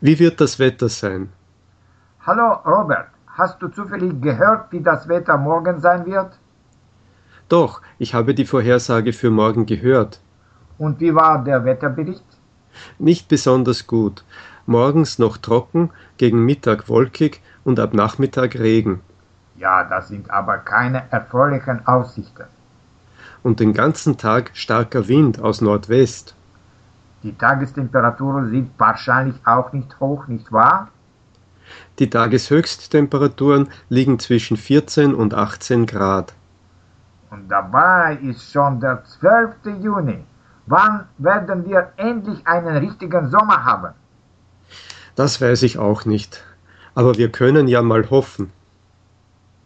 Wie wird das Wetter sein? Hallo Robert, hast du zufällig gehört, wie das Wetter morgen sein wird? Doch, ich habe die Vorhersage für morgen gehört. Und wie war der Wetterbericht? Nicht besonders gut. Morgens noch trocken, gegen Mittag wolkig und ab Nachmittag Regen. Ja, das sind aber keine erfreulichen Aussichten. Und den ganzen Tag starker Wind aus Nordwest. Die Tagestemperaturen sind wahrscheinlich auch nicht hoch, nicht wahr? Die Tageshöchsttemperaturen liegen zwischen 14 und 18 Grad. Und dabei ist schon der 12. Juni. Wann werden wir endlich einen richtigen Sommer haben? Das weiß ich auch nicht. Aber wir können ja mal hoffen.